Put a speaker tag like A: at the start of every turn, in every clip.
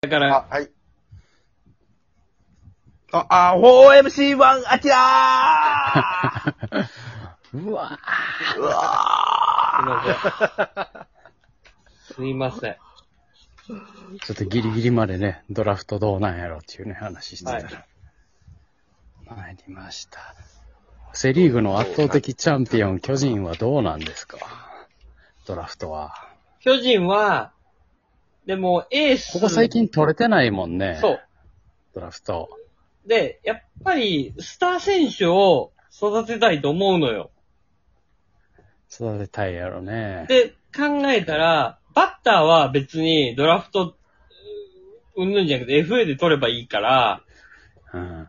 A: だから、
B: あ、はい。
C: あ、あ、4MC1、あちら
A: うわ
C: ーうわ
D: すいません。すいません。
A: ーちょっとギリギリまでね、ドラフトどうなんやろっていうね、話してたら。
D: は
A: 参りました。セリーグの圧倒的チャンピオン、巨人はどうなんですかドラフトは。
D: 巨人は、でも、エース。
A: ここ最近取れてないもんね。
D: そう。。
A: ドラフト。
D: で、やっぱり、スター選手を育てたいと思うのよ。
A: 育てたいやろね。
D: で、考えたら、バッターは別にドラフト、うんぬんじゃなくて FA で取ればいいから、
A: うん。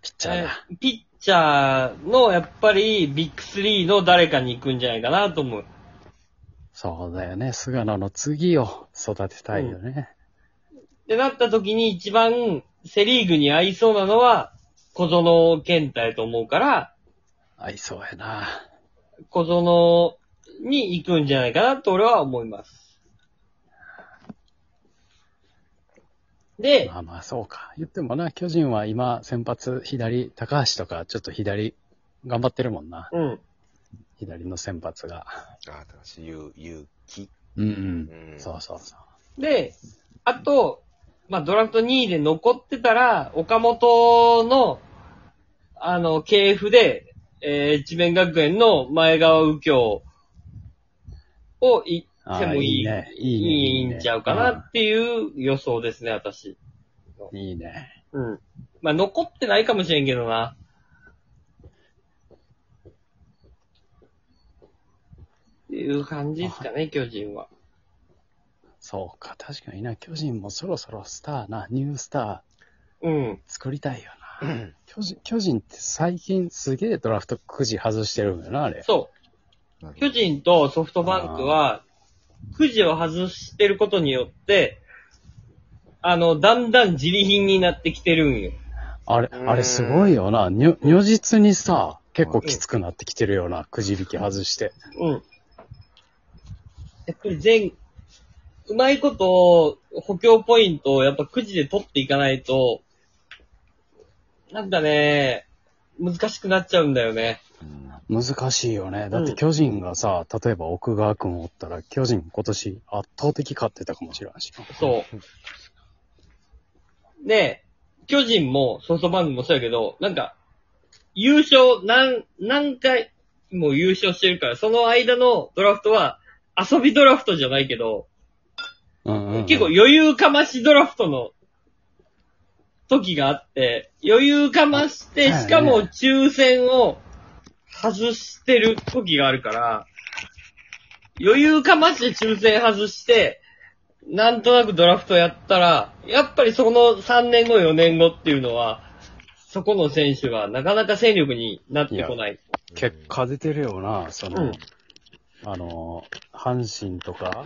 A: ピッチャーだ。
D: えピッチャーのやっぱりビッグ3の誰かに行くんじゃないかなと思う。
A: そうだよね。菅野の次を育てたいよね。
D: ってなった時に一番セリーグに合いそうなのは小園健太やと思うから、
A: 合いそうやな。
D: 小園に行くんじゃないかなと俺は思います。で、
A: まあまあ、そうか。言ってもな、巨人は今、先発、左、高橋とか、ちょっと左、頑張ってるもんな。
D: うん。
A: 左の先発が。
B: あ、 新しい、ゆう、ゆうき。
A: うん
B: う
A: うんん。そうそうそう。
D: で、あと、まあドラフト2位で残ってたら、岡本の、あの、系譜で、えー、智弁学園の前川右京をい
A: あ
D: で
A: あ
D: もいい
A: いね。いいね。
D: いいんちゃうかなっていう予想ですね、私。
A: うん。いいね。
D: うん。まあ、残ってないかもしれんけどな。っていう感じですかね、巨人は。
A: そうか。確かにな、巨人もそろそろスターな、ニュースタ
D: うん
A: ー。作りたいよな。巨人、巨人って最近すげえドラフトくじ外してるんだよな、あれ。
D: そう。巨人とソフトバンクは、くじを外してることによって、あの、だんだん自利品になってきてるんよ。
A: あれ、
B: うん
A: あれすごいよな。如如実にさ、結構きつくなってきてるよな、くじ引き外して。
D: うん。やっぱり全、うまいこと、補強ポイントをやっぱくじで取っていかないと、なんかね、難しくなっちゃうんだよね。
A: 難しいよね。だって巨人がさ、例えば奥川くんおったら、巨人今年圧倒的勝ってたかもしれないし。
D: そう。で、巨人もソフトバンクもそうやけど、なんか、優勝、何、何回も優勝してるから、その間のドラフトは、遊びドラフトじゃないけど、
A: うんうんうん
D: 結構余裕かましドラフトの時があって、余裕かまして、
A: あ
D: しか
A: は
D: も
A: いは
D: 抽選を外してる時があるから、余裕かまして抽選外して、なんとなくドラフトやったら、やっぱりその3年後4年後っていうのは、そこの選手がなかなか戦力になってこない。
A: 結果出てるよな、その、
D: うん
A: あの、阪神とか、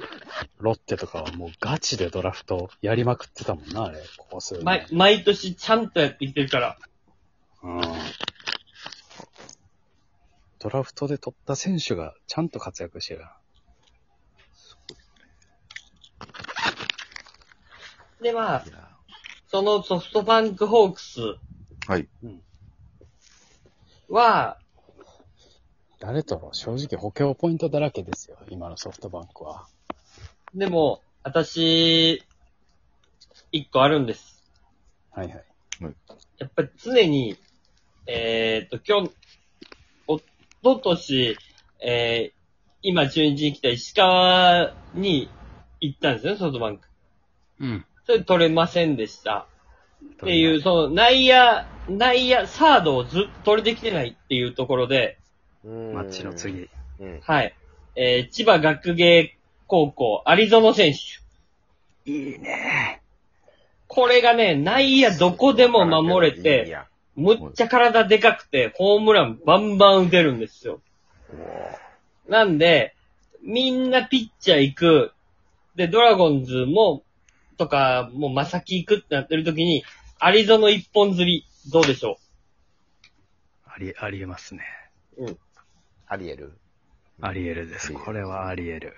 A: ロッテとかはもうガチでドラフトやりまくってたもんな、あれ、ここ数
D: 毎
A: 年。
D: 毎年ちゃんとやってきてるから。
A: うん。ドラフトで取った選手がちゃんと活躍してる。
D: で、まあ
B: い、や
D: そのソフトバンクホークス
B: はい。
D: は、
A: 誰とろう正直補強ポイントだらけですよ、今のソフトバンクは。
D: でも、私、一個あるんです。
A: はいはい。
D: やっぱり常に、えー、っと、今日、おととし、えー、今中日に来た石川に行ったんですよね、ソフトバンク。
A: うん。
D: それ取れませんでした。っ
A: って
D: いう、。その内野、内野、サードをずっと取れてきてないっていうところで、
B: マ
A: マッチの。次。
B: うん。
D: はい。えー、千葉学芸高校、有園選手。
A: いいね。
D: これがね、内野どこでも守れ
B: い
D: て、
B: や。
D: むっちゃ体でかくて、ホームランバンバン打てるんですよ。なんで、みんなピッチャー行く。で、ドラゴンズも、とか、もうまさき行くってなってる時に、アリゾの一本釣り、どうでしょ
A: あり、ありえますね。
B: アリエル。
A: ありえるです。
B: うん
A: これはありえる。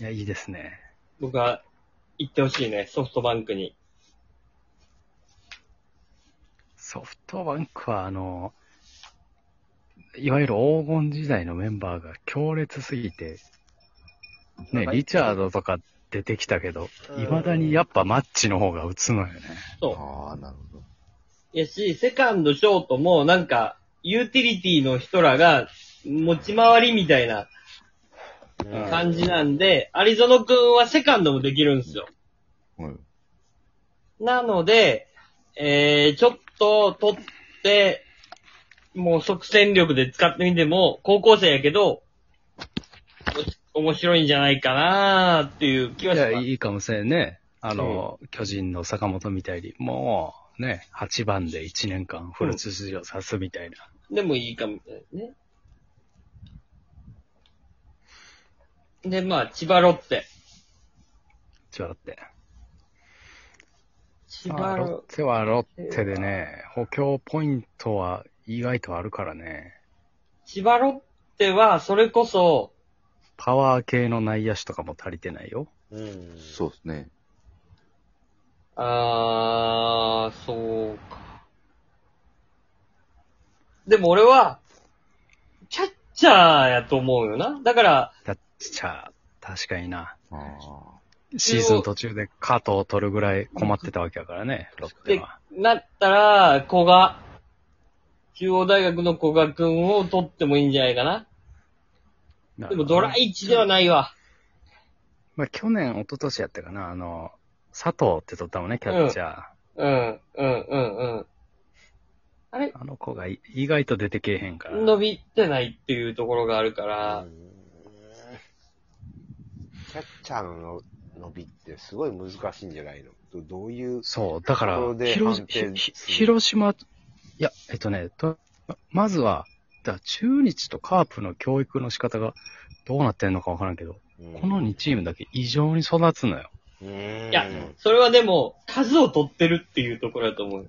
A: いや、いいですね。
D: う僕は、行ってほしいね、ソフトバンクに。
A: ソフトバンクは、あの、いわゆる黄金時代のメンバーが強烈すぎて、ね、リチャードとか出てきたけど、
D: うん
A: いまだにやっぱマッチの方が打つのよね。
D: そう。
B: ああ、なるほど。
D: いやし、セカンド、ショートも、なんか、ユーティリティの人らが、持ち回りみたいな
A: うん
D: 感じなんで、アリゾノ君はセカンドもできるんですよ。
B: うん。
D: なので、えー、ちょっと取って、もう即戦力で使ってみても、高校生やけど、お面白いんじゃないかなーっていう気
A: い
D: はしま
A: や、
D: す。
A: いいかもしれんね。あの、巨人の坂本みたいに、もう、ね、8番で1年間フル出場さすみたいな。
D: でもいいかもね。で、まあ、千葉ロッテ。
A: ちょっと待って。
D: 千
A: ま
D: 葉
A: あ
D: ロッ
A: ロッテはロッテでね、補強ポイントは意外とあるからね。
D: 千葉ロッテは、それこそ、
A: パワー系の内野手とかも足りてないよ。
B: うん。そうですね。
D: あー、そうか。でも俺は、キャッチャーやと思うよな。だから、
A: キャッチャー、確かにな。
B: あ
A: シーズン途中でカートを取るぐらい困ってたわけだからね、ロッテ
D: で
A: は。、
D: なったら、古賀、中央大学の古賀くんを取ってもいいんじゃないかな。でもドライチではないわ。
A: まあ、去年、一昨年やったかな、あの、佐藤って取ったもんね、キャッチャー。
D: うん、うん、うん、うん。あれ
A: あの子がい意外と出てけえへんから。
D: 伸びてないっていうところがあるか
B: あ
D: ら、。
B: キャッチャーの伸びってすごい難しいんじゃないのどどういう、
A: そう、だから
B: そこ、で
A: 広
B: 判定
A: ひひ
B: する
A: 広島、いや、えっとね、とまずは、だから中日とカープの教育の仕方がどうなってんのかわからんけど、この2チームだけ異常に育つのよ。
B: うん。
D: いや、それはでも、数を取ってるっていうところだと思う。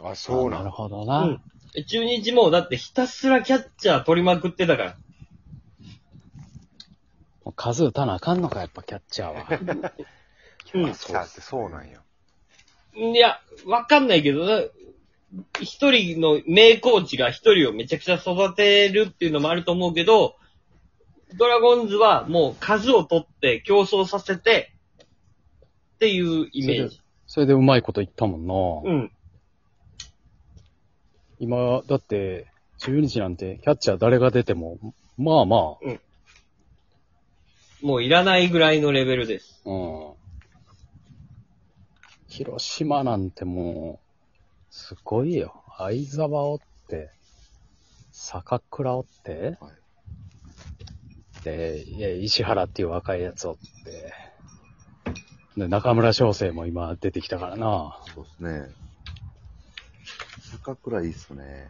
B: あ、そうな
A: あ
B: の
A: なるほど
D: う
A: な。
D: ん。中日も、だってひたすらキャッチャー取りまくってたか
A: もう数打たなあかんのか、やっぱキャッチャーは。
D: ら。
B: あそうってそうなんや。
D: うん。いや、わかんないけどな、一人の名コーチが一人をめちゃくちゃ育てるっていうのもあると思うけど、ドラゴンズはもう数を取って競争させて、っていうイメージ。
A: それでうまいこと言ったもんな。
D: うん。
A: 今、だって、中日なんてキャッチャー誰が出ても、まあま
D: もういらないぐらいのレベルです。
A: あ、うん。広島なんてもう、すごいよ。相沢おって、坂倉おって、
B: はい
A: で、いや石原っていう若いやつおって、で、中村翔成も今出てきたからな。
B: そうですね。坂倉いいっすね。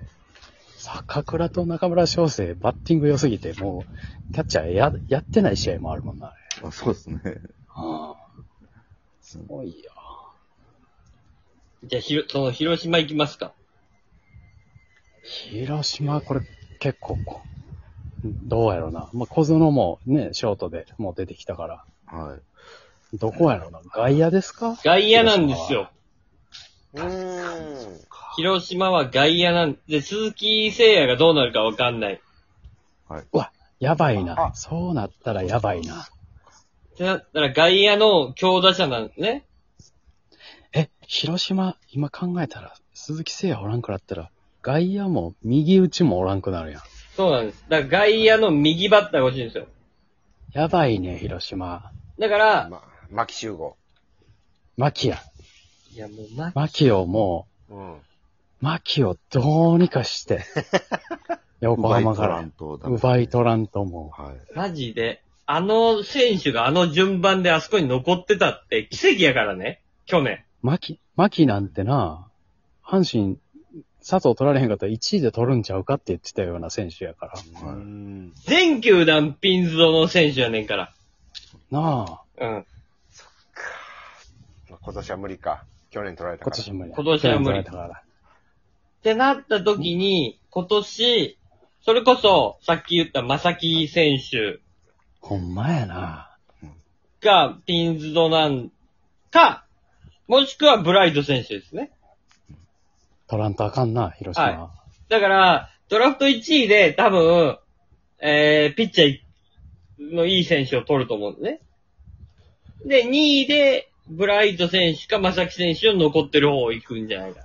A: 坂倉と中村翔成、バッティング良すぎて、もう、キャッチャーややってない試合もあるもんな、あれ。
B: あ、そうですね。
A: すごいよ。
D: じゃあ、ひろ、その広島行きますか。
A: 広島、これ、結構こう、どうやろうな。まあ、小園もね、ショートでもう出てきたから、
B: はい。
A: どこやろうな。外野ですか
D: 外野なんですよ。
B: うーん。
D: 広島は外野なんで、鈴木誠也がどうなるかわかんない。っ
A: やばいな。
B: あ
A: そうなったらやばいな。
D: てなったら外野の強打者なんですね。
A: え、広島、今考えたら、鈴木誠也おらんくなったら、外野も右打ちもおらんくなるやん。
D: そうなんです。だから外野の右バッターが欲しいんですよ。
A: やばいね、広島。
D: だから、
B: ま、牧集合。
A: 牧や。
D: いやもうま、
A: 牧をもう、
B: うん。
A: マキをどうにか して、横浜から
B: ト
A: 奪い取らんと思う。
B: はい。
D: マジで、あの選手があの順番であそこに残ってたって奇跡やからね。去年。
A: マキ、マキなんてな、阪神、佐藤取られへんかったら1位で取るんちゃうかって言ってたような選手やから。
B: はいうん。
D: 全球団ピンズドの選手やねんから。
A: なあ、
D: うん。
B: まあ今年は無理か。去年取られたか
A: 今
B: ら。
A: 年無理。
D: 今年は無理
A: 去年取られたから
D: ってなった時に、今年、それこそ、さっき言った正木選手
A: ほんまやな。
D: がピンズドなんか、もしくはブライド選手ですね。
A: 取らんとあかんな、広島。
D: はだから、ドラフト1位で多分、えー、ピッチャーのいい選手を取ると思うんですね。で、2位で、ブライト選手か正木選手の残ってる方行くんじゃないか。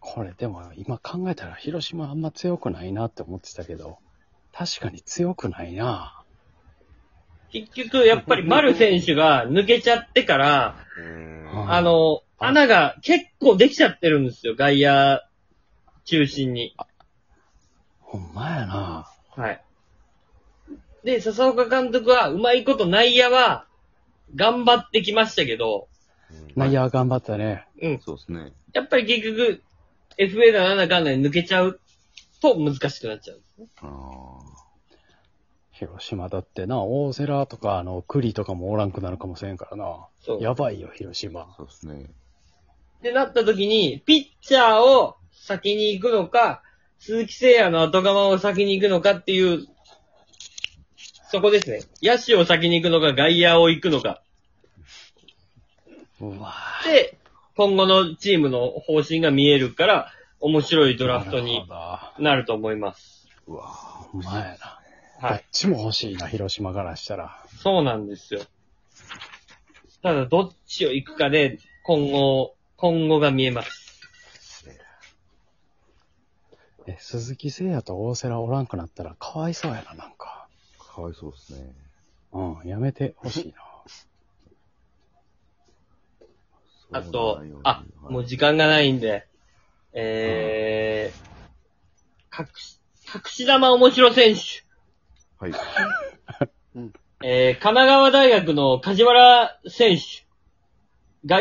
A: これでも今考えたら広島あんま強くないなって思ってたけど、確かに強くないな。
D: 結局、やっぱり丸選手が抜けちゃってから、
B: う。
A: うん
D: あの、穴が結構できちゃってるんですよ、外野中心に。
A: ほんまやな。
D: はい。で、笹岡監督は、うまいこと内野は、頑張ってきましたけど、
A: 内野は頑張ったね。
D: うん。
E: そうですね。
D: やっぱり結局、FA だなんだかんだに抜けちゃうと難しくなっちゃう。
E: あ
A: 広島だってな、大瀬良とか、あの、栗とかもおらんくなるかもしれんからな。
D: そう。
A: やばいよ、広島
E: あ、。そうですね。
D: ってなった時に、ピッチャーを先に行くのか、鈴木誠也の後釜を先に行くのかっていう、そこですね。野手を先に行くのか、外野を行くのか。
A: うわ
D: で、今後のチームの方針が見えるから、面白いド
A: ド
D: ラフトに
A: ほ
D: なると思います。
A: んまやな。
D: は
A: どっ
D: い。
A: ちも欲しいな、広島からしたら。
D: そうなんですよ。ただ、どっちを行くかで、今後、今後が見えます。
A: え、鈴木誠也と大瀬良おらんくなったらかわいそうやな、なんか。
E: かわいそうですね。
A: うん、やめてほしいな。
D: あと
E: そうなように、
D: あ、もう時間がないんで、えー、隠し、隠し玉面白選手。
E: はい。
D: えー、神奈川大学の梶原選手。